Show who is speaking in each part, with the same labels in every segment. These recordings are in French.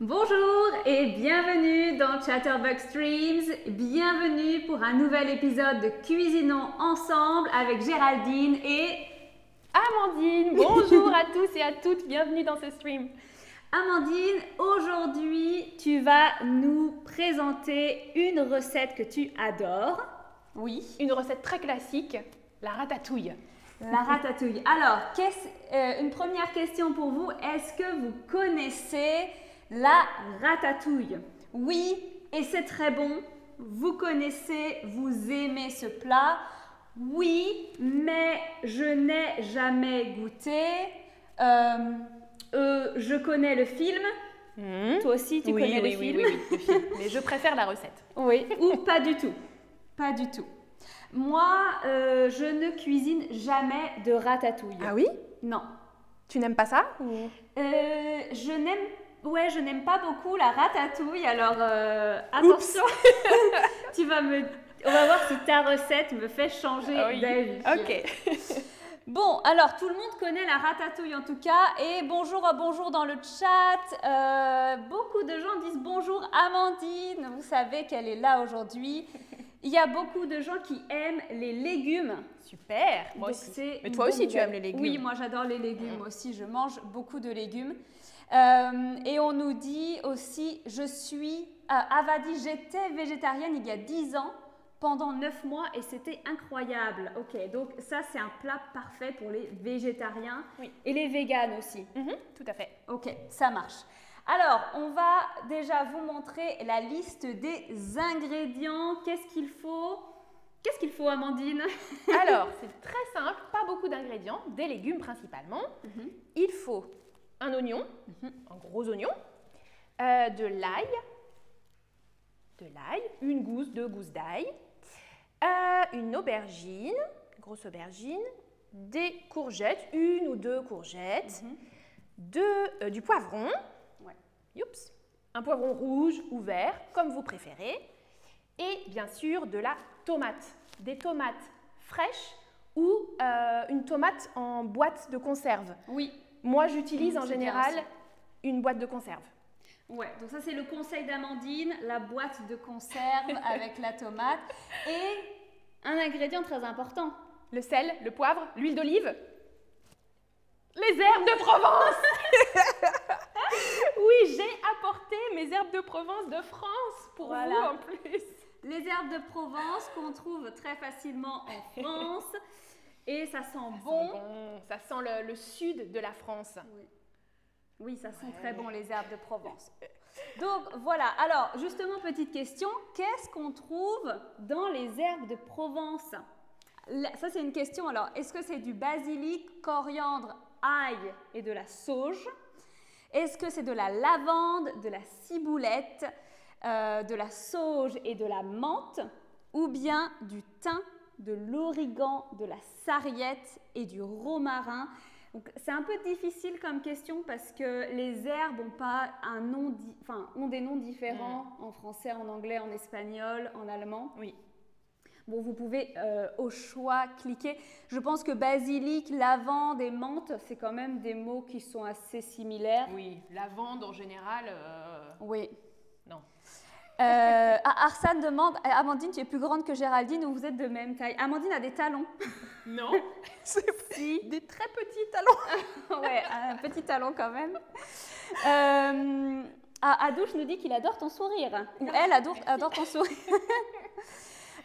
Speaker 1: Bonjour et bienvenue dans Chatterbox Streams. Bienvenue pour un nouvel épisode de Cuisinons ensemble avec Géraldine et
Speaker 2: Amandine, bonjour à tous et à toutes, bienvenue dans ce stream.
Speaker 1: Amandine. Aujourd'hui, tu vas nous présenter une recette que tu adores,
Speaker 2: Oui, une recette très classique, la ratatouille.
Speaker 1: la ratatouille. Alors, qu'est-ce- euh, une première question pour vous est-ce que vous connaissez la ratatouille
Speaker 2: Oui,
Speaker 1: Et c'est très bon. Vous connaissez, vous aimez ce plat. Oui, mais je n'ai jamais goûté. Euh, euh, je connais le film. Toi aussi, tu
Speaker 2: Hmm. oui,
Speaker 1: connais
Speaker 2: oui,
Speaker 1: le
Speaker 2: oui,
Speaker 1: film.
Speaker 2: oui, oui, le film. mais je préfère la recette.
Speaker 1: Oui. Ou pas du tout. Pas du tout. Moi, euh, je ne cuisine jamais de ratatouille.
Speaker 2: Ah oui
Speaker 1: Non.
Speaker 2: Tu n'aimes pas ça
Speaker 1: Euh, je n'aime ouais, je n'aime pas beaucoup la ratatouille, alors euh, attention, tu vas me... On va voir si ta recette me fait changer
Speaker 2: Ah oui.
Speaker 1: d'avis.
Speaker 2: Ok.
Speaker 1: Bon, alors tout le monde connaît la ratatouille en tout cas, et bonjour, euh, bonjour dans le chat. Euh, beaucoup de gens disent bonjour Amandine, vous savez qu'elle est là aujourd'hui. Il y a beaucoup de gens qui aiment les légumes.
Speaker 2: Super, moi
Speaker 1: Donc,
Speaker 2: aussi.
Speaker 1: c'est
Speaker 2: Mais
Speaker 1: une
Speaker 2: toi
Speaker 1: bonne
Speaker 2: aussi, tu
Speaker 1: nouvelle.
Speaker 2: aimes les légumes.
Speaker 1: Oui, moi j'adore les légumes aussi. Je mange beaucoup de légumes. Euh, et on nous dit aussi, je suis euh, avadi, j'étais végétarienne il y a 10 ans pendant 9 mois et c'était incroyable. Ok, donc ça c'est un plat parfait pour les végétariens
Speaker 2: Oui.
Speaker 1: et les véganes aussi.
Speaker 2: Mhm, tout à fait.
Speaker 1: Ok, ça marche. Alors, on va déjà vous montrer la liste des ingrédients. Qu'est-ce qu'il faut Qu'est-ce qu'il faut, Amandine
Speaker 2: Alors, c'est très simple, pas beaucoup d'ingrédients, des légumes principalement.
Speaker 1: Mhm.
Speaker 2: Il faut un oignon, un gros oignon, euh, de l'ail, de l'ail, une gousse, deux gousses d'ail, euh, une aubergine, grosse aubergine, des courgettes, une ou deux courgettes, deux, euh, du poivron,
Speaker 1: Ouais.
Speaker 2: youps, un poivron rouge ou vert, comme vous préférez, et bien sûr de la tomate, des tomates fraîches ou euh, une tomate en boîte de conserve.
Speaker 1: Oui,
Speaker 2: Moi, j'utilise
Speaker 1: Mm,
Speaker 2: en
Speaker 1: c'est bien
Speaker 2: général
Speaker 1: aussi.
Speaker 2: une boîte de conserve.
Speaker 1: Ouais, donc ça c'est le conseil d'Amandine, la boîte de conserve avec la tomate et un ingrédient très important.
Speaker 2: Le sel, le poivre, l'huile d'olive, les herbes de Provence. oui, j'ai apporté mes herbes de Provence de France pour
Speaker 1: Voilà.
Speaker 2: vous en plus.
Speaker 1: Les herbes de Provence qu'on trouve très facilement en France et ça sent bon.
Speaker 2: Bon, ça sent le, le sud de la France.
Speaker 1: Oui, ça sent
Speaker 2: Ouais.
Speaker 1: très bon les herbes de Provence. Donc voilà, alors justement petite question, qu'est-ce qu'on trouve dans les herbes de Provence Là, Ça c'est une question, alors est-ce que c'est du basilic, coriandre, ail et de la sauge Est-ce que c'est de la lavande, de la ciboulette, euh, de la sauge et de la menthe Ou bien du thym, de l'origan, de la sarriette et du romarin donc, c'est un peu difficile comme question parce que les herbes ont pas un nom, di- enfin, ont des noms différents en français, en anglais, en espagnol, en allemand.
Speaker 2: Oui.
Speaker 1: Bon, vous pouvez euh, au choix cliquer. Je pense que basilic, lavande et menthe, c'est quand même des mots qui sont assez similaires.
Speaker 2: Oui, lavande en général.
Speaker 3: euh,
Speaker 1: Oui.
Speaker 2: Non.
Speaker 1: Euh, ah, Arsane demande euh, Amandine, tu es plus grande que Géraldine ou vous êtes de même taille Amandine a des talons.
Speaker 2: Non.
Speaker 1: Si.
Speaker 2: Des très petits talons.
Speaker 1: ouais, un petit talon quand même. Euh, ah, Adouche nous dit qu'il adore ton sourire. Ou elle adore, adore ton sourire.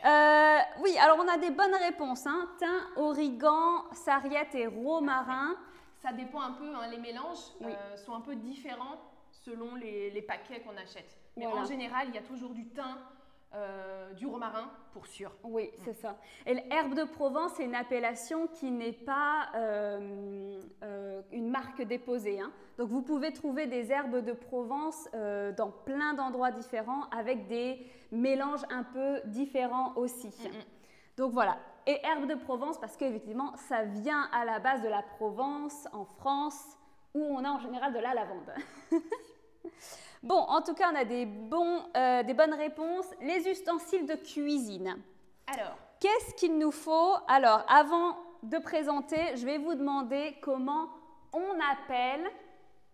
Speaker 1: Euh, oui, alors on a des bonnes réponses. Hein. Thym, origan, sarriette et romarin.
Speaker 3: Ça dépend un peu, hein, les mélanges
Speaker 1: Oui.
Speaker 3: euh, sont un peu différents selon les, les paquets qu'on achète. Mais
Speaker 1: Voilà.
Speaker 3: en général, il y a toujours du thym, euh, du romarin, pour sûr.
Speaker 1: Oui, c'est ça. Et l'herbe de Provence, c'est une appellation qui n'est pas euh, euh, une marque déposée. hein. Donc vous pouvez trouver des herbes de Provence euh, dans plein d'endroits différents avec des mélanges un peu différents aussi.
Speaker 2: Mm,
Speaker 3: Mhm.
Speaker 1: Donc voilà. Et herbe de Provence parce qu'effectivement, ça vient à la base de la Provence, en France, où on a en général de la lavande. Bon, en tout cas, on a des, bons, euh, des bonnes réponses. Les ustensiles de cuisine.
Speaker 3: Alors,
Speaker 1: Qu'est-ce qu'il nous faut Alors, avant de présenter, je vais vous demander comment on appelle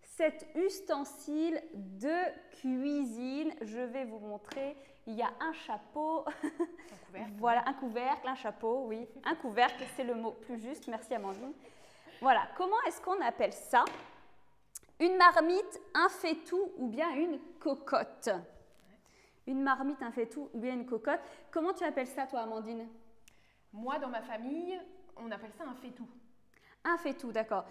Speaker 1: cet ustensile de cuisine. Je vais vous montrer. Il y a un chapeau,
Speaker 4: Un couvercle.
Speaker 1: voilà, un couvercle, un chapeau, oui. Un couvercle, c'est le mot plus juste. Merci Amandine. Voilà, comment est-ce qu'on appelle ça Une marmite, un faitout ou bien une cocotte Une marmite, un faitout ou bien une cocotte. Comment tu appelles ça, toi, Amandine
Speaker 2: Moi, dans ma famille, on appelle ça un faitout.
Speaker 1: Un faitout, d'accord.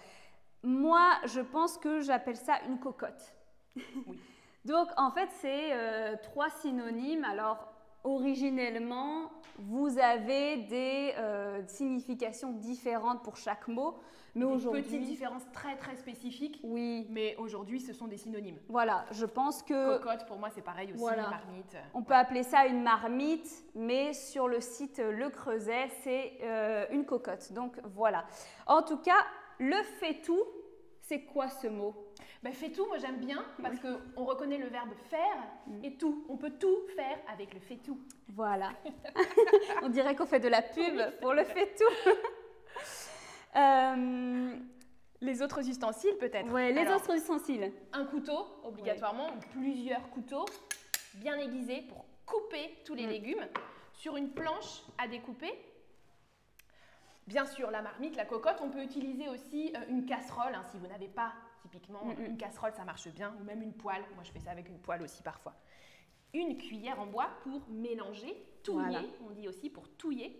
Speaker 1: Moi, je pense que j'appelle ça une cocotte.
Speaker 2: Oui.
Speaker 1: Donc, en fait, c'est euh, trois synonymes. Alors, originellement, vous avez des euh, significations différentes pour chaque mot, mais
Speaker 2: Une petite
Speaker 1: aujourd'hui,
Speaker 2: différence très très spécifique,
Speaker 1: oui,
Speaker 2: mais aujourd'hui, ce sont des synonymes.
Speaker 1: voilà, je pense que
Speaker 2: Cocotte, pour moi, c'est pareil aussi,
Speaker 1: voilà.
Speaker 2: marmite.
Speaker 3: euh,
Speaker 1: on peut appeler ça une marmite, mais sur le site euh, Le Creuset, c'est euh, une cocotte. Donc voilà. En tout cas, le faitout, c'est quoi ce mot
Speaker 2: Bah, fait tout, moi j'aime bien parce que on reconnaît le verbe faire et tout. On peut tout faire avec le fait tout.
Speaker 1: Voilà. On dirait qu'on fait de la pub pour le fait tout. Euh,
Speaker 4: Les autres ustensiles peut-être
Speaker 1: ouais, les
Speaker 2: Alors.
Speaker 1: autres ustensiles.
Speaker 2: Un couteau, obligatoirement, ou plusieurs couteaux, bien aiguisés pour couper tous les
Speaker 1: Mm.
Speaker 2: légumes sur une planche à découper. Bien sûr, la marmite, la cocotte, on peut utiliser aussi euh, une casserole hein, si vous n'avez pas typiquement
Speaker 1: Mm, mm.
Speaker 2: une casserole, ça marche bien, ou même une poêle. Moi, je fais ça avec une poêle aussi parfois. Une cuillère en bois pour mélanger, touiller,
Speaker 1: Voilà.
Speaker 2: on dit aussi pour touiller.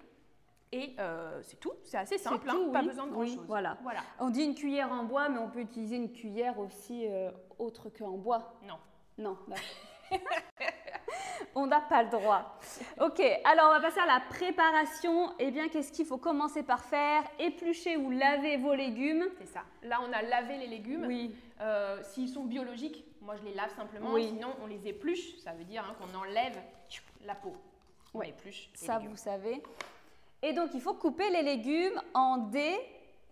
Speaker 2: Et euh, c'est tout, c'est assez
Speaker 1: C'est
Speaker 2: simple, hein,
Speaker 1: tout,
Speaker 2: pas
Speaker 1: oui.
Speaker 2: besoin de
Speaker 1: Oui,
Speaker 2: grand-chose.
Speaker 1: voilà.
Speaker 2: voilà.
Speaker 1: On dit une cuillère en bois, mais on peut utiliser une cuillère aussi euh, autre qu'en bois.
Speaker 2: Non.
Speaker 1: Non. d'accord. on n'a pas le droit. Ok, alors on va passer à la préparation. Eh bien, qu'est-ce qu'il faut commencer par faire Éplucher ou laver vos légumes.
Speaker 2: C'est ça. Là, on a lavé les légumes.
Speaker 1: Oui.
Speaker 2: Euh, S'ils sont biologiques, moi je les lave simplement,
Speaker 1: Oui.
Speaker 2: sinon on les épluche, ça veut dire hein, qu'on enlève tchou, la peau. On
Speaker 1: Ouais.
Speaker 2: épluche. les
Speaker 1: Ça,
Speaker 2: légumes.
Speaker 1: vous savez. Et donc, il faut couper les légumes en dés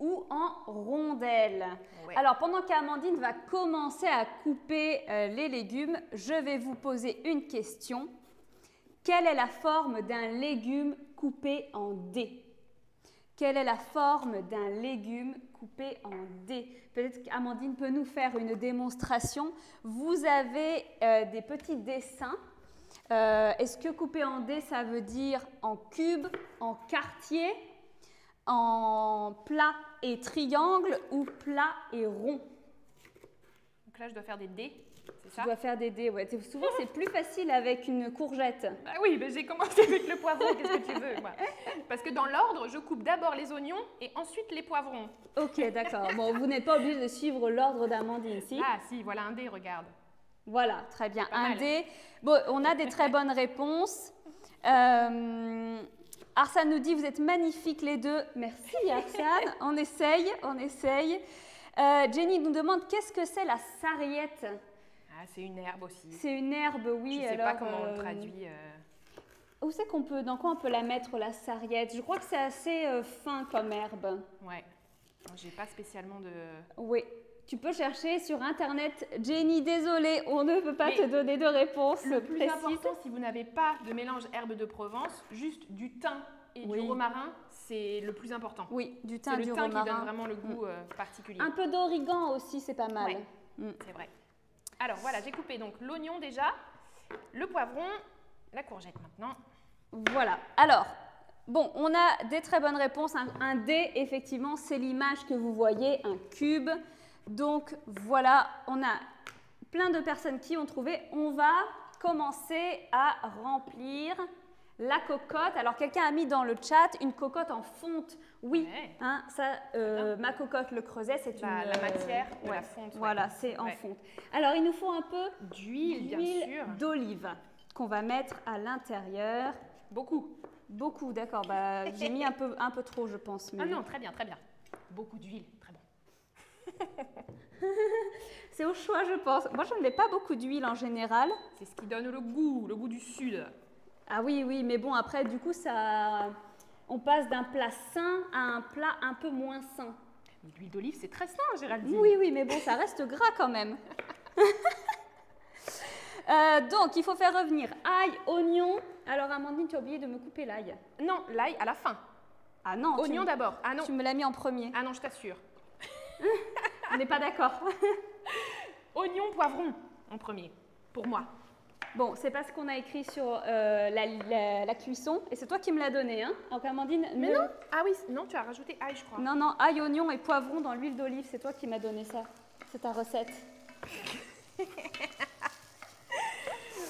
Speaker 1: ou en rondelles.
Speaker 2: Ouais.
Speaker 1: Alors, pendant qu'Amandine va commencer à couper euh, les légumes, je vais vous poser une question. Quelle est la forme d'un légume coupé en dés Quelle est la forme d'un légume coupé en dés Peut-être qu'Amandine peut nous faire une démonstration. Vous avez euh, des petits dessins. Euh, Est-ce que couper en dés, ça veut dire en cube, en quartier, en plat et triangle ou plat et rond
Speaker 2: Donc là, je dois faire des dés, c'est
Speaker 1: Tu
Speaker 2: ça
Speaker 1: dois faire des dés. Ouais. C'est- Souvent, c'est plus facile avec une courgette.
Speaker 2: Bah oui, mais j'ai commencé avec le poivron, qu'est-ce que tu veux moi Parce que dans l'ordre, je coupe d'abord les oignons et ensuite les poivrons.
Speaker 1: Ok, d'accord. Bon, vous n'êtes pas obligé de suivre l'ordre d'Amandine ici.
Speaker 2: Ah si, voilà un dé, regarde.
Speaker 1: Voilà, très bien.
Speaker 2: Pas
Speaker 1: Un
Speaker 2: mal.
Speaker 1: dé. Bon, on a des très bonnes réponses. Euh, Arsane nous dit, vous êtes magnifiques les deux. Merci Arsane. on essaye, on essaye. Euh, Jenny nous demande, qu'est-ce que c'est la sarriette
Speaker 2: Ah, c'est une herbe aussi.
Speaker 1: C'est une herbe, oui.
Speaker 2: je sais
Speaker 1: alors,
Speaker 2: pas comment on
Speaker 1: euh,
Speaker 2: le traduit. euh.
Speaker 1: Où c'est qu'on peut, dans quoi on peut la mettre la sarriette Je crois que c'est assez euh, fin comme herbe.
Speaker 2: Ouais. J'ai pas spécialement de.
Speaker 1: Oui. Tu peux chercher sur internet. Jenny, désolée, on ne peut pas
Speaker 2: Mais
Speaker 1: te donner de réponse
Speaker 2: Le plus
Speaker 1: précise.
Speaker 2: important, si vous n'avez pas de mélange herbe de Provence, juste du thym et
Speaker 1: Oui.
Speaker 2: du romarin, c'est le plus important.
Speaker 1: Oui, du
Speaker 2: C'est
Speaker 1: thym, du
Speaker 2: le thym qui donne
Speaker 1: romarin. Mm.
Speaker 2: vraiment le goût euh, particulier.
Speaker 1: Un peu d'origan aussi, c'est pas mal.
Speaker 2: Ouais.
Speaker 1: Mm.
Speaker 2: C'est vrai. Alors voilà, j'ai coupé donc l'oignon déjà, le poivron, la courgette maintenant.
Speaker 1: Voilà. Alors, bon, on a des très bonnes réponses. Un, un dé, effectivement, c'est l'image que vous voyez, un cube. Donc, voilà, on a plein de personnes qui ont trouvé. On va commencer à remplir la cocotte. Alors, quelqu'un a mis dans le chat une cocotte en fonte. Oui,
Speaker 2: Ouais.
Speaker 1: hein, ça, euh, ma cocotte, le creuset, c'est une...
Speaker 2: La, Bah, la
Speaker 1: euh,
Speaker 2: matière de
Speaker 1: ouais.
Speaker 2: la fonte. ouais.
Speaker 1: Voilà, c'est en
Speaker 2: Ouais.
Speaker 1: fonte. Alors, il nous faut un peu
Speaker 2: D'huile, bien
Speaker 1: d'huile
Speaker 2: sûr.
Speaker 1: d'olive qu'on va mettre à l'intérieur.
Speaker 2: Beaucoup.
Speaker 1: Beaucoup, d'accord. Bah, j'ai mis un peu, un peu trop, je pense. mais-
Speaker 2: Ah non, très bien, très bien. Beaucoup d'huile, très bon.
Speaker 1: C'est au choix, je pense. Moi, je ne mets pas beaucoup d'huile en général.
Speaker 2: C'est ce qui donne le goût, le goût du sud.
Speaker 1: Ah oui, oui, mais bon, après, du coup, ça, on passe d'un plat sain à un plat un peu moins sain.
Speaker 2: Mais L'huile d'olive, c'est très sain, Géraldine.
Speaker 1: Oui, oui, mais bon, ça reste gras quand même. Euh, donc, il faut faire revenir ail, oignon. Alors, Amandine, tu as oublié de me couper l'ail.
Speaker 2: Non, l'ail à la fin.
Speaker 1: Ah non, tu
Speaker 2: Oignon
Speaker 1: me-
Speaker 2: d'abord. Ah non,
Speaker 1: tu me l'as mis en premier.
Speaker 2: ah non, je t'assure.
Speaker 1: On n'est pas d'accord.
Speaker 2: Oignon, poivron en premier, pour moi.
Speaker 1: Bon, c'est parce qu'on a écrit sur euh, la, la- la cuisson, et c'est toi qui me l'as donné, hein Donc Amandine,
Speaker 2: Mais
Speaker 1: ne-
Speaker 2: non Ah oui, c- non, tu as rajouté ail, je crois.
Speaker 1: Non, non, ail, oignon et poivron dans l'huile d'olive, c'est toi qui m'as donné ça. C'est ta recette.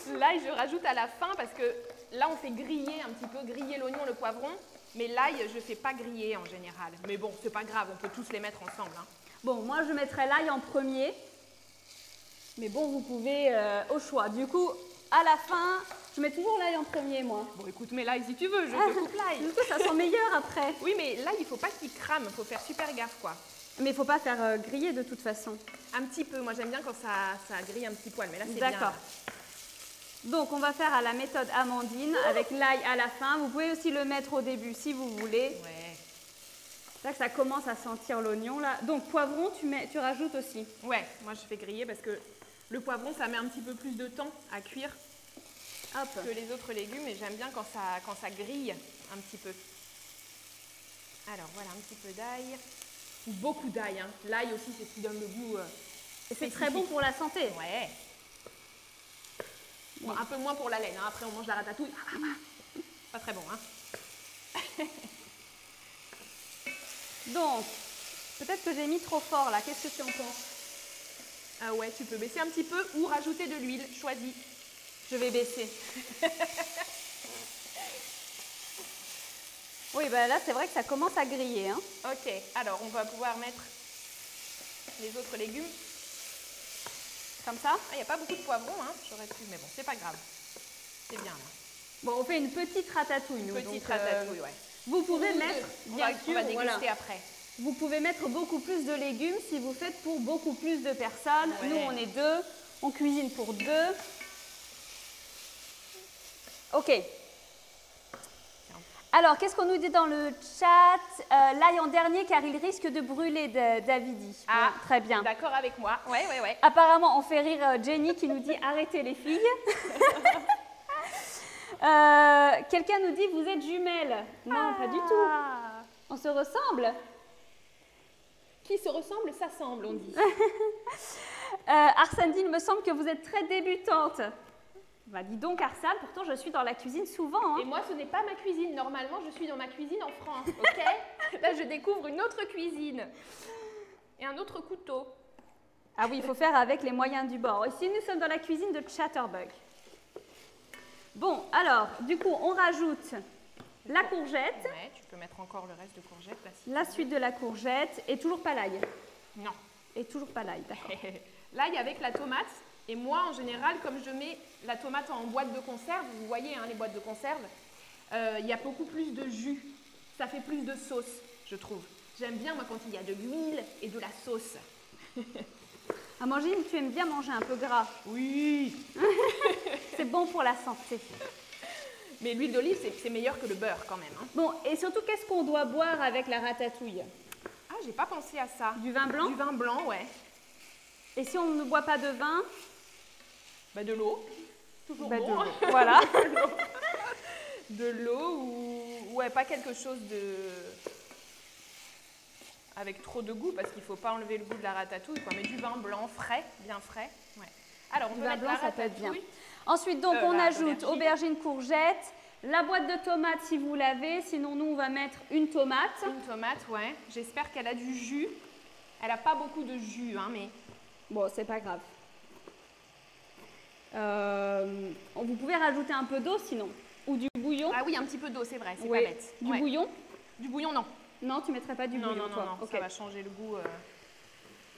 Speaker 2: L'ail, je rajoute à la fin parce que là, on fait griller un petit peu, griller l'oignon, le poivron. Mais l'ail, je fais pas griller en général. Mais bon, c'est pas grave, on peut tous les mettre ensemble. hein.
Speaker 1: Bon, moi je mettrai l'ail en premier. Mais bon, vous pouvez euh, au choix. Du coup, à la fin, je mets toujours l'ail en premier, moi. Ah,
Speaker 2: Bon, écoute, mais l'ail si tu veux, je te coupe l'ail.
Speaker 1: Du coup, ça sent meilleur après.
Speaker 2: Oui, mais l'ail, il faut pas qu'il crame, faut faire super gaffe, quoi.
Speaker 1: Mais il faut pas faire euh, griller de toute façon.
Speaker 2: Un petit peu, moi j'aime bien quand ça, ça grille un petit poil, mais là Ah, c'est bien.
Speaker 1: D'accord. Donc, on va faire à la méthode Amandine avec l'ail à la fin. Vous pouvez aussi le mettre au début si vous voulez.
Speaker 2: Ouais.
Speaker 1: C'est vrai que ça commence à sentir l'oignon là. Donc, poivron, tu, mets, tu rajoutes aussi.
Speaker 2: Ouais, moi je fais griller parce que le poivron, ça met un petit peu plus de temps à cuire
Speaker 1: Hop.
Speaker 2: que les autres légumes et j'aime bien quand ça, quand ça grille un petit peu. Alors voilà, un petit peu d'ail. Beaucoup d'ail, hein. L'ail aussi, c'est ce qui donne le goût. euh,
Speaker 1: C'est très bon pour la santé.
Speaker 2: Ouais. Bon, un peu moins pour la laine. hein. Après, on mange la ratatouille. Ah, ah, ah. Pas très bon. Hein.
Speaker 1: Donc, peut-être que j'ai mis trop fort là. Qu'est-ce que tu en penses
Speaker 2: Ah ouais, tu peux baisser un petit peu ou rajouter de l'huile. Choisis.
Speaker 1: Je vais baisser. oui, bah là, c'est vrai que ça commence à griller. hein.
Speaker 2: Ok, alors on va pouvoir mettre les autres légumes. Ah,
Speaker 1: Comme ça.
Speaker 2: Il n'y a pas beaucoup de poivrons, hein. j'aurais pu, mais bon, c'est pas grave. C'est bien là.
Speaker 1: Bon, on fait une petite ratatouille. nous,
Speaker 2: Petite
Speaker 1: donc, euh,
Speaker 2: ratatouille, ouais.
Speaker 1: vous pouvez
Speaker 2: Nous deux,
Speaker 1: mettre,
Speaker 2: on
Speaker 1: bien
Speaker 2: va,
Speaker 1: sûr,
Speaker 2: on va déguster
Speaker 1: voilà.
Speaker 2: après.
Speaker 1: vous pouvez mettre beaucoup plus de légumes si vous faites pour beaucoup plus de personnes.
Speaker 2: Ouais.
Speaker 1: Nous, on est deux. On cuisine pour deux. Ok. Alors, qu'est-ce qu'on nous dit dans le chat Euh, L'ail en dernier car il risque de brûler, de- David dit.
Speaker 2: Ah,
Speaker 1: Bon, très bien.
Speaker 2: D'accord avec moi Ouais, ouais, ouais.
Speaker 1: Apparemment, on fait rire euh, Jenny qui nous dit arrêtez les filles. Euh, Quelqu'un nous dit vous êtes jumelles. Non, pas du tout. On se ressemble.
Speaker 2: Qui se ressemble, ça semble, on dit.
Speaker 1: Ah. Euh, Arsène dit il me semble que vous êtes très débutante. Bah, dis donc, Arsène, pourtant je suis dans la cuisine souvent. hein.
Speaker 2: Et moi, ce n'est pas ma cuisine. Normalement, je suis dans ma cuisine en France, ok Là, je découvre une autre cuisine. Et un autre couteau.
Speaker 1: Ah oui, il faut faire avec les moyens du bord. Ici, nous sommes dans la cuisine de Chatterbug. Bon, alors, du coup, on rajoute la courgette,
Speaker 2: Ouais, tu peux mettre encore le reste de courgettes là si
Speaker 1: la
Speaker 2: tu veux.
Speaker 1: suite de la courgette et toujours pas l'ail.
Speaker 2: Non.
Speaker 1: Et toujours pas l'ail, d'accord.
Speaker 2: L'ail avec la tomate. Et moi, en général, comme je mets la tomate en boîte de conserve, vous voyez hein, les boîtes de conserve, euh, il y a beaucoup plus de jus. Ça fait plus de sauce, je trouve. J'aime bien, moi, quand il y a de l'huile et de la sauce.
Speaker 1: Amandine, tu aimes bien manger un peu gras.
Speaker 2: Oui
Speaker 1: C'est bon pour la santé.
Speaker 2: Mais l'huile d'olive, c'est- c'est meilleur que le beurre quand même. hein.
Speaker 1: Bon, et surtout, qu'est-ce qu'on doit boire avec la ratatouille
Speaker 2: Ah, j'ai pas pensé à ça.
Speaker 1: Du vin blanc
Speaker 2: Du vin blanc, ouais.
Speaker 1: Et si on ne boit pas de vin
Speaker 2: Bah, de l'eau. Toujours
Speaker 1: Bah, de
Speaker 2: bon.
Speaker 1: l'eau. Voilà.
Speaker 2: De l'eau ou. Ouais, pas quelque chose de. Avec trop de goût, parce qu'il faut pas enlever le goût de la ratatouille, quoi. Mais du vin blanc frais, bien frais. Ouais. Alors, on
Speaker 1: Du
Speaker 2: peut
Speaker 1: vin
Speaker 2: mettre
Speaker 1: blanc,
Speaker 2: la
Speaker 1: ça peut être
Speaker 2: ratatouille.
Speaker 1: bien. Ensuite, donc,
Speaker 2: Euh,
Speaker 1: on
Speaker 2: la
Speaker 1: ajoute
Speaker 2: aubergine.
Speaker 1: aubergine, courgette, la boîte de tomates si vous l'avez. Sinon, nous, on va mettre une tomate.
Speaker 2: Une tomate, ouais. J'espère qu'elle a du jus. Elle a pas beaucoup de jus, hein, mais.
Speaker 1: Bon, c'est pas grave. Euh, vous pouvez rajouter un peu d'eau sinon. Ou du bouillon.
Speaker 2: Ah oui, un petit peu d'eau, c'est vrai, c'est
Speaker 1: Ouais.
Speaker 2: pas bête.
Speaker 1: Du
Speaker 2: Ouais.
Speaker 1: bouillon
Speaker 2: Du bouillon, non.
Speaker 1: Non, tu mettrais pas du
Speaker 2: non,
Speaker 1: bouillon,
Speaker 2: non, non,
Speaker 1: toi.
Speaker 2: non,
Speaker 1: Ok.
Speaker 2: ça va changer le goût. euh.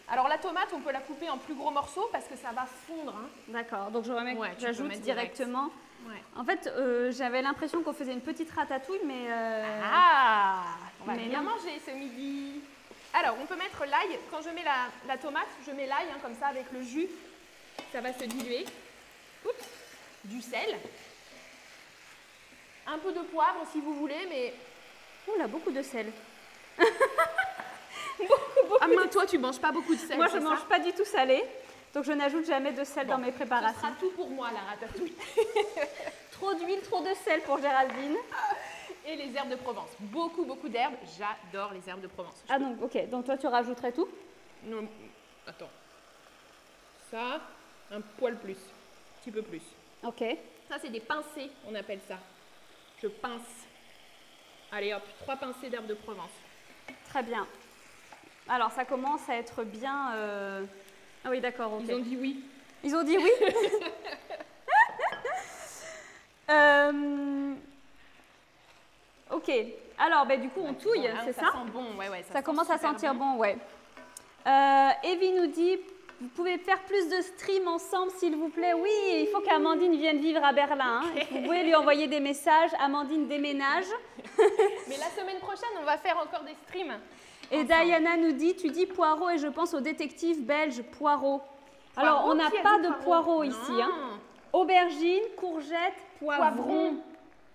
Speaker 2: Alors, la tomate, on peut la couper en plus gros morceaux parce que ça va fondre. hein.
Speaker 1: D'accord. Donc, je remets-
Speaker 2: Ouais, tu peux
Speaker 1: j'ajoute
Speaker 2: mettre direct.
Speaker 1: directement.
Speaker 2: Ouais.
Speaker 1: En fait, euh, j'avais l'impression qu'on faisait une petite ratatouille, mais euh,
Speaker 2: Ah On va
Speaker 1: Mais
Speaker 2: bien
Speaker 1: non.
Speaker 2: manger ce midi Alors, on peut mettre l'ail. Quand je mets la, la tomate, je mets l'ail hein, comme ça avec le jus. Ça va se diluer. Oups Du sel. Un peu de poivre si vous voulez, mais...
Speaker 1: on a beaucoup de sel.
Speaker 2: Ah mais toi, tu manges pas beaucoup de sel,
Speaker 1: Moi, je ne mange pas du tout salé, donc je n'ajoute jamais de sel
Speaker 2: Bon,
Speaker 1: dans mes
Speaker 2: Ça
Speaker 1: préparations.
Speaker 2: sera tout pour moi, la ratatouille.
Speaker 1: Trop d'huile, trop de sel pour Géraldine.
Speaker 2: Et les herbes de Provence. Beaucoup, beaucoup d'herbes. J'adore les herbes de Provence.
Speaker 1: Ah donc, ok. Donc toi, tu rajouterais tout
Speaker 2: Non, attends. Ça, un poil plus, un petit peu plus.
Speaker 1: Ok.
Speaker 2: Ça, c'est des pincées, on appelle ça. Je pince. Allez hop, trois pincées d'herbe de Provence.
Speaker 1: Très bien. Alors, ça commence à être bien. euh, Ah oui, d'accord, ok.
Speaker 2: Ils ont dit oui.
Speaker 1: Ils ont dit oui. Euh, Ok. Alors, ben, du coup, on touille,
Speaker 2: Ah,
Speaker 1: c'est ça
Speaker 2: sent bon, ouais, ouais. Ça,
Speaker 1: Ça,
Speaker 2: sent
Speaker 1: commence à
Speaker 2: super
Speaker 1: sentir
Speaker 2: bon.
Speaker 1: bon, ouais. Euh, Evie nous dit, vous pouvez faire plus de streams ensemble, s'il vous plaît. Oui, il faut qu'Amandine vienne vivre à Berlin. hein. Vous pouvez lui envoyer des messages. Amandine déménage.
Speaker 2: Mais la semaine prochaine, on va faire encore des streams.
Speaker 1: Et Diana nous dit, tu dis Poirot et je pense au détective belge Poirot. Alors,
Speaker 2: Poirot,
Speaker 1: on n'a
Speaker 2: qui a
Speaker 1: pas
Speaker 2: dit
Speaker 1: de poireau ici. hein.
Speaker 2: Non,
Speaker 1: Aubergine, courgette, poivron.
Speaker 2: Poivron.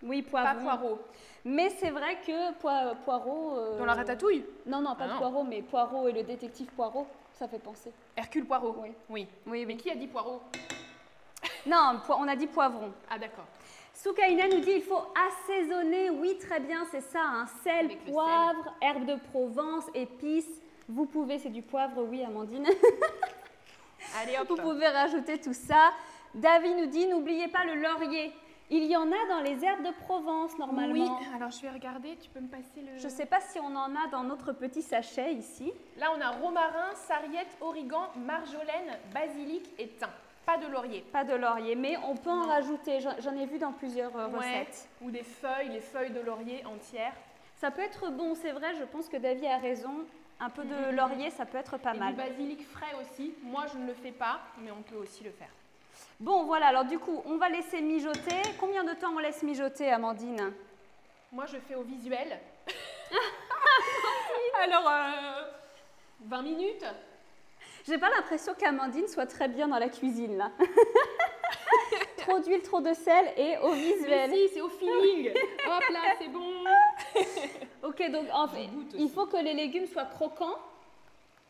Speaker 1: Oui,
Speaker 2: Pas
Speaker 1: poivron.
Speaker 2: poireau.
Speaker 1: Mais c'est vrai que poi- poireau. euh,
Speaker 4: Dans la ratatouille
Speaker 1: Non, non, pas
Speaker 2: Ah
Speaker 1: de
Speaker 2: non.
Speaker 1: poireau, mais poireau et le détective poireau, ça fait penser.
Speaker 2: Hercule poireau.
Speaker 1: Oui.
Speaker 2: oui.
Speaker 1: Oui,
Speaker 2: Mais qui a dit poireau
Speaker 1: Non, po- on a dit poivron.
Speaker 2: Ah d'accord.
Speaker 1: Soukaina nous dit il faut assaisonner. Oui, très bien, c'est ça. hein. Sel,
Speaker 2: Avec le
Speaker 1: poivre, herbe de Provence, épices. Vous pouvez, c'est du poivre, oui, Amandine.
Speaker 2: Allez hop.
Speaker 1: Vous pouvez rajouter tout ça. David nous dit n'oubliez pas le laurier. Il y en a dans les herbes de Provence
Speaker 2: Oui,
Speaker 1: normalement.
Speaker 2: alors je vais regarder, tu peux me passer le...
Speaker 1: Je ne sais pas si on en a dans notre petit sachet ici.
Speaker 2: Là, on a romarin, sarriette, origan, marjolaine, basilic et thym. Pas de laurier.
Speaker 1: Pas de laurier, mais on peut en
Speaker 2: Non.
Speaker 1: rajouter. J'en j'en ai vu dans plusieurs euh,
Speaker 2: Ouais.
Speaker 1: recettes.
Speaker 2: Ou des feuilles, les feuilles de laurier entières.
Speaker 1: Ça peut être bon, c'est vrai. Je pense que David a raison. Un peu de laurier, ça peut être pas
Speaker 2: Mm-hmm. et
Speaker 1: mal.
Speaker 2: du basilic frais aussi. Moi, je ne le fais pas, mais on peut aussi le faire.
Speaker 1: Bon, voilà, alors du coup, on va laisser mijoter. Combien de temps on laisse mijoter, Amandine
Speaker 2: Moi, je fais au visuel. alors, euh, 20 minutes
Speaker 1: J'ai pas l'impression qu'Amandine soit très bien dans la cuisine, là. trop d'huile, trop de sel et au
Speaker 2: Mais
Speaker 1: visuel.
Speaker 2: si, c'est au feeling. Hop là, c'est bon.
Speaker 1: Ok, donc en
Speaker 2: Je
Speaker 1: fait,
Speaker 2: goûte
Speaker 1: il
Speaker 2: aussi.
Speaker 1: faut que les légumes soient croquants,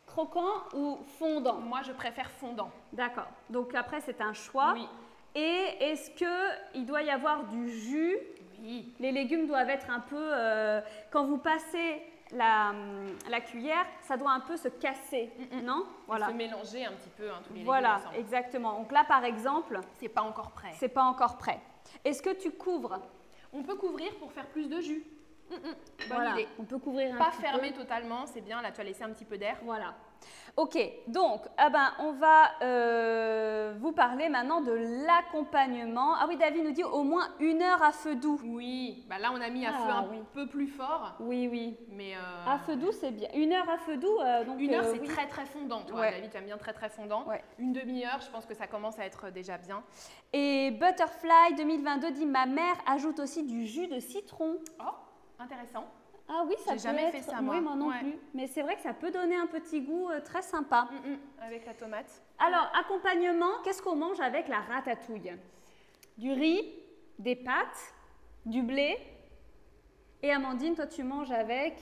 Speaker 1: croquants ou fondants.
Speaker 2: Moi, je préfère fondant.
Speaker 1: D'accord. Donc après, c'est un choix.
Speaker 2: Oui.
Speaker 1: Et est-ce que il doit y avoir du jus
Speaker 2: Oui.
Speaker 1: Les légumes doivent être un peu. euh, quand vous passez la, la cuillère, ça doit un peu se casser, non Mm, Voilà.
Speaker 2: Se mélanger un petit peu, hein, tous les légumes
Speaker 1: Voilà,
Speaker 2: ensemble.
Speaker 1: exactement. Donc là, par exemple,
Speaker 2: C'est pas encore prêt.
Speaker 1: c'est pas encore prêt. Est-ce que tu couvres
Speaker 2: On peut couvrir pour faire plus de jus. Mm, mm. Bonne
Speaker 1: Voilà,
Speaker 2: idée.
Speaker 1: On peut couvrir un
Speaker 2: Pas
Speaker 1: petit
Speaker 2: fermer totalement, c'est bien. Là, tu as laissé un petit peu d'air.
Speaker 1: peu. Voilà. Ok, donc ah ben, on va euh, vous parler maintenant de l'accompagnement. Ah oui, David nous dit au moins une heure à feu doux.
Speaker 2: Oui. Bah là, on a mis à feu
Speaker 1: Ah,
Speaker 2: un
Speaker 1: oui.
Speaker 2: peu plus fort,
Speaker 1: Oui, oui.
Speaker 2: mais euh,
Speaker 1: À feu doux, c'est bien. Une heure à feu doux, euh, donc.
Speaker 2: une heure,
Speaker 1: euh,
Speaker 2: c'est
Speaker 1: oui.
Speaker 2: très très fondant. Toi,
Speaker 1: Ouais.
Speaker 2: David, tu aimes bien très très fondant.
Speaker 1: Ouais.
Speaker 2: Une demi-heure, je pense que ça commence à être déjà bien.
Speaker 1: Et Butterfly 2022 dit ma mère ajoute aussi du jus de citron.
Speaker 2: Oh, intéressant.
Speaker 1: Ah oui, ça
Speaker 2: J'ai
Speaker 1: peut
Speaker 2: jamais
Speaker 1: être-
Speaker 2: fait ça,
Speaker 1: Oui,
Speaker 2: moi.
Speaker 1: moi non
Speaker 2: Ouais.
Speaker 1: plus. Mais c'est vrai que ça peut donner un petit goût euh, très sympa.
Speaker 2: Mm, mm, Avec la tomate.
Speaker 1: Alors, accompagnement, qu'est-ce qu'on mange avec la ratatouille Du riz, des pâtes, du blé. Et Amandine, toi, tu manges avec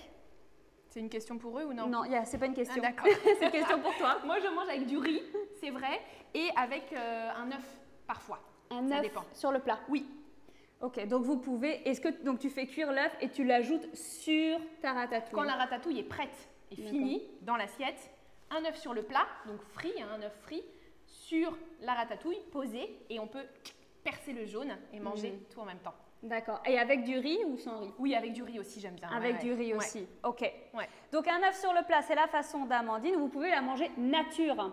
Speaker 2: C'est une question pour eux ou non
Speaker 1: Non, y a- c'est pas une
Speaker 2: Ah,
Speaker 1: question.
Speaker 2: D'accord.
Speaker 1: c'est une question pour toi.
Speaker 2: Moi, je mange avec du riz, c'est vrai, et avec euh, un œuf parfois.
Speaker 1: Un
Speaker 2: Ça
Speaker 1: œuf
Speaker 2: dépend.
Speaker 1: sur le plat.
Speaker 2: Oui.
Speaker 1: Ok, donc vous pouvez. Est-ce que donc tu fais cuire l'œuf et tu l'ajoutes sur ta ratatouille
Speaker 2: Quand la ratatouille est prête et
Speaker 1: D'accord.
Speaker 2: finie dans l'assiette, un œuf sur le plat, donc frit, hein, un œuf frit, sur la ratatouille, posé, et on peut percer le jaune et manger
Speaker 1: Mm.
Speaker 2: tout en même temps.
Speaker 1: D'accord. Et avec du riz ou sans riz
Speaker 2: Oui, avec du riz aussi, j'aime bien. ouais,
Speaker 1: Avec
Speaker 2: ouais.
Speaker 1: du riz
Speaker 2: Ouais.
Speaker 1: aussi. Ok.
Speaker 2: Ouais.
Speaker 1: Donc un œuf sur le plat, c'est la façon d'Amandine. Vous pouvez la manger nature.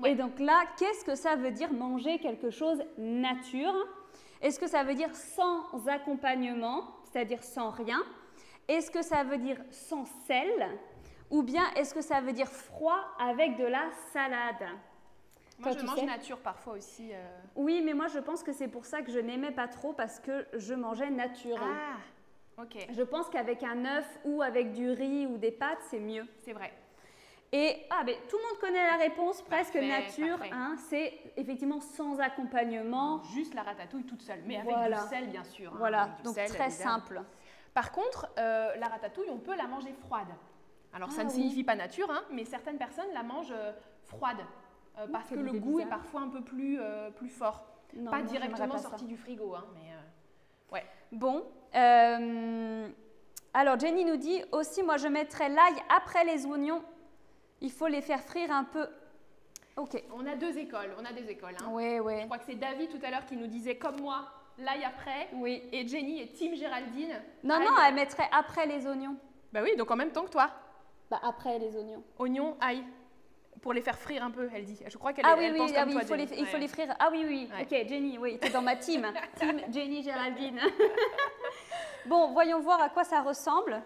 Speaker 2: Ouais.
Speaker 1: Et donc là, qu'est-ce que ça veut dire manger quelque chose nature Est-ce que ça veut dire sans accompagnement, c'est-à-dire sans rien Est-ce que ça veut dire sans sel Ou bien est-ce que ça veut dire froid avec de la salade
Speaker 2: Moi,
Speaker 1: Toi,
Speaker 2: je
Speaker 1: tu
Speaker 2: mange
Speaker 1: sais.
Speaker 2: nature parfois aussi. euh.
Speaker 1: Oui, mais moi je pense que c'est pour ça que je n'aimais pas trop parce que je mangeais nature.
Speaker 2: Ah, ok,
Speaker 1: Je pense qu'avec un œuf ou avec du riz ou des pâtes, c'est mieux.
Speaker 2: c'est vrai.
Speaker 1: Et ah, ben, tout le monde connaît la réponse, presque
Speaker 2: Parfait,
Speaker 1: nature.
Speaker 2: parfait.
Speaker 1: hein, c'est effectivement sans accompagnement.
Speaker 2: Juste la ratatouille toute seule, mais avec
Speaker 1: Voilà.
Speaker 2: du sel, bien sûr. hein,
Speaker 1: Voilà,
Speaker 2: avec du
Speaker 1: donc
Speaker 2: sel,
Speaker 1: très
Speaker 2: évidemment.
Speaker 1: simple.
Speaker 2: Par contre, euh, la ratatouille, on peut la manger froide. Alors, ça
Speaker 1: Ah
Speaker 2: ne
Speaker 1: oui.
Speaker 2: signifie pas nature, hein, mais certaines personnes la mangent euh, froide euh, parce
Speaker 1: c'est
Speaker 2: que le
Speaker 1: bizarre.
Speaker 2: goût est parfois un peu plus, euh, plus fort.
Speaker 1: Non,
Speaker 2: pas
Speaker 1: moi, j'aimerais
Speaker 2: directement
Speaker 1: pas ça.
Speaker 2: sorti du frigo, hein, mais euh,
Speaker 1: Bon, euh, alors Jenny nous dit aussi, moi je mettrais l'ail après les oignons. Il faut les faire frire un peu. Ok.
Speaker 2: On a deux écoles, on a des écoles. hein.
Speaker 1: Oui, oui.
Speaker 2: Je crois que c'est David tout à l'heure qui nous disait comme moi, l'ail après.
Speaker 1: Oui.
Speaker 2: Et Jenny et Team Géraldine.
Speaker 1: Non,
Speaker 2: ail.
Speaker 1: non, elle mettrait après les oignons.
Speaker 2: Bah oui, donc en même temps que toi.
Speaker 1: Bah, après les oignons.
Speaker 2: Oignon, ail. Pour les faire frire un peu, elle dit. Je crois qu'elle
Speaker 1: Ah
Speaker 2: elle
Speaker 1: oui,
Speaker 2: pense
Speaker 1: oui,
Speaker 2: comme
Speaker 1: ah oui,
Speaker 2: toi,
Speaker 1: il, faut les,
Speaker 2: Jenny.
Speaker 1: il faut
Speaker 2: Ouais.
Speaker 1: les frire. Ah oui, oui,
Speaker 2: Ouais.
Speaker 1: ok, Jenny, oui, t'es dans ma team. team Jenny Géraldine. bon, voyons voir à quoi ça ressemble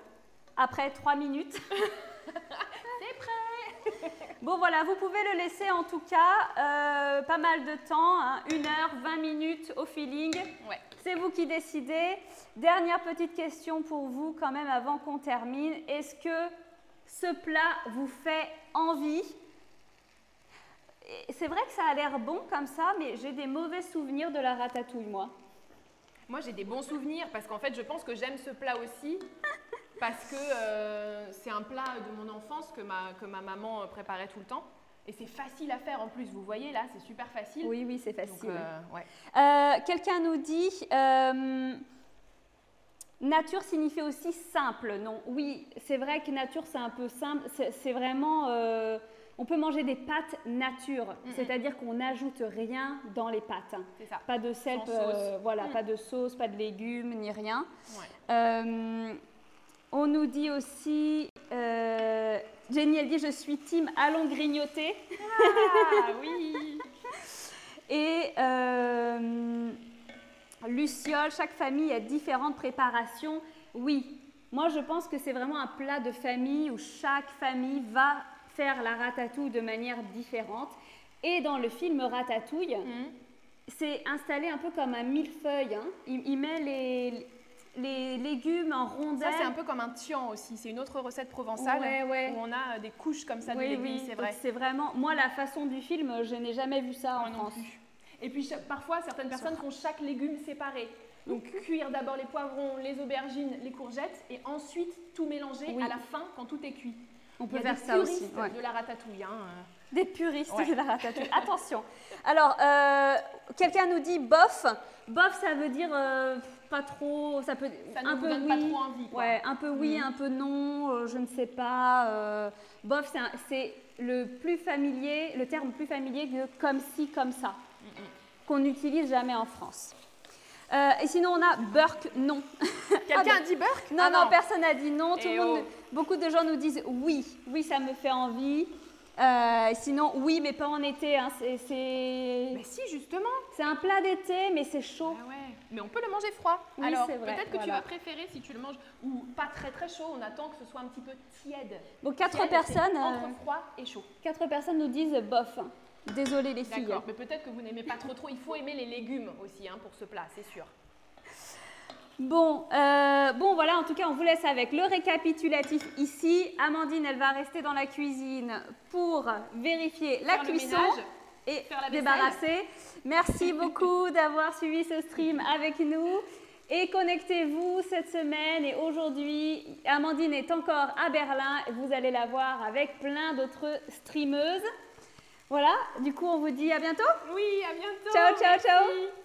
Speaker 1: après trois minutes. C'est prêt Bon, voilà, vous pouvez le laisser en tout cas euh, pas mal de temps, hein, une heure, 20 minutes au feeling.
Speaker 2: Ouais.
Speaker 1: C'est vous qui décidez. Dernière petite question pour vous quand même avant qu'on termine. Est-ce que ce plat vous fait envie Et C'est vrai que ça a l'air bon comme ça, mais j'ai des mauvais souvenirs de la ratatouille, moi.
Speaker 2: Moi, j'ai des bons souvenirs parce qu'en fait, je pense que j'aime ce plat aussi. Parce que euh, c'est un plat de mon enfance que ma, que ma maman euh, préparait tout le temps. Et c'est facile à faire en plus, vous voyez là, c'est super facile.
Speaker 1: Oui, oui, c'est
Speaker 2: Donc,
Speaker 1: facile.
Speaker 2: euh, ouais.
Speaker 1: Euh, Quelqu'un nous dit euh, nature signifie aussi simple, non Oui, c'est vrai que nature c'est un peu simple. C'est c'est vraiment, euh, on peut manger des pâtes nature,
Speaker 2: Mm, mm.
Speaker 1: c'est-à-dire qu'on n'ajoute rien dans les pâtes. hein.
Speaker 2: C'est ça.
Speaker 1: Pas de sel,
Speaker 2: Sans
Speaker 1: euh, voilà,
Speaker 2: Mm.
Speaker 1: pas de sauce, pas de légumes, ni rien.
Speaker 2: Ouais.
Speaker 1: Euh, on nous dit aussi, euh, Jenny, elle dit je suis team, allons grignoter.
Speaker 2: Ah oui
Speaker 1: Et euh, Luciole, chaque famille a différentes préparations. Oui, moi je pense que c'est vraiment un plat de famille où chaque famille va faire la ratatouille de manière différente. Et dans le film Ratatouille,
Speaker 2: Mhm.
Speaker 1: Mmh. c'est installé un peu comme un millefeuille. hein. Il, il met les, les légumes en
Speaker 2: Ça,
Speaker 1: rondelles.
Speaker 2: c'est un peu comme un tian aussi. C'est une autre recette provençale
Speaker 1: Ouais, ouais.
Speaker 2: où on a euh, des couches comme ça de
Speaker 1: Oui,
Speaker 2: légumes,
Speaker 1: oui,
Speaker 2: c'est
Speaker 1: donc
Speaker 2: vrai.
Speaker 1: C'est vraiment, moi la façon du film, je n'ai jamais vu ça
Speaker 2: Moi
Speaker 1: en
Speaker 2: non
Speaker 1: France.
Speaker 2: plus. Et puis cha- parfois, certaines personnes font chaque légume séparé.
Speaker 1: Mm.
Speaker 2: Donc cuire d'abord les poivrons, les aubergines, les courgettes et ensuite tout mélanger
Speaker 1: Oui.
Speaker 2: à la fin quand tout est cuit.
Speaker 1: On
Speaker 2: Il y
Speaker 1: peut
Speaker 2: a
Speaker 1: faire
Speaker 2: des
Speaker 1: ça aussi.
Speaker 2: puristes
Speaker 1: ouais.
Speaker 2: de la ratatouille. hein, euh.
Speaker 1: Des puristes
Speaker 2: Ouais.
Speaker 1: de la ratatouille. Attention. Alors, euh, quelqu'un nous dit bof. Bof, ça veut dire euh, pas trop. Ça peut
Speaker 2: Ça ne
Speaker 1: un
Speaker 2: nous
Speaker 1: peu
Speaker 2: donne
Speaker 1: oui.
Speaker 2: pas trop envie. quoi.
Speaker 1: Ouais, un peu oui,
Speaker 2: Mhm.
Speaker 1: un peu non. euh, je ne sais pas. euh, bof, c'est un- c'est le plus familier, le terme plus familier de comme si, comme ça,
Speaker 2: Mm,
Speaker 1: qu'on n'utilise jamais en France. Euh, et sinon, on a Burke, non.
Speaker 2: Quelqu'un
Speaker 1: Ah,
Speaker 2: a dit Burke
Speaker 1: Non,
Speaker 2: Ah,
Speaker 1: non, personne n'a dit non. Tout
Speaker 2: Eh
Speaker 1: le monde-
Speaker 2: oh.
Speaker 1: beaucoup de gens nous disent oui, oui, ça me fait envie. Euh, sinon, oui, mais pas en été. hein, c'est- C'est
Speaker 2: Mais si, justement.
Speaker 1: c'est un plat d'été, mais c'est chaud.
Speaker 2: Ah ouais. Mais on peut le manger froid.
Speaker 1: Oui,
Speaker 2: Alors
Speaker 1: c'est vrai,
Speaker 2: peut-être que tu
Speaker 1: voilà.
Speaker 2: vas préférer si tu le manges ou pas très très chaud. On attend que ce soit un petit peu tiède.
Speaker 1: Donc, quatre
Speaker 2: Tiède, c'est
Speaker 1: personnes, euh,
Speaker 2: Entre froid et chaud.
Speaker 1: quatre personnes nous disent bof. Désolée les filles.
Speaker 2: D'accord, mais peut-être que vous n'aimez pas trop trop. Il faut aimer les légumes aussi hein, pour ce plat, c'est sûr.
Speaker 1: Bon, euh, bon, voilà, en tout cas, on vous laisse avec le récapitulatif ici. Amandine, elle va rester dans la cuisine pour vérifier la
Speaker 2: Faire le
Speaker 1: cuisson.
Speaker 2: ménage.
Speaker 1: et
Speaker 2: Faire la vaisselle.
Speaker 1: débarrasser. Merci beaucoup d'avoir suivi ce stream avec nous. Et connectez-vous cette semaine et aujourd'hui, Amandine est encore à Berlin. Vous allez la voir avec plein d'autres streameuses. Voilà, du coup, on vous dit à bientôt.
Speaker 2: Oui, à bientôt.
Speaker 1: Ciao, ciao, ciao.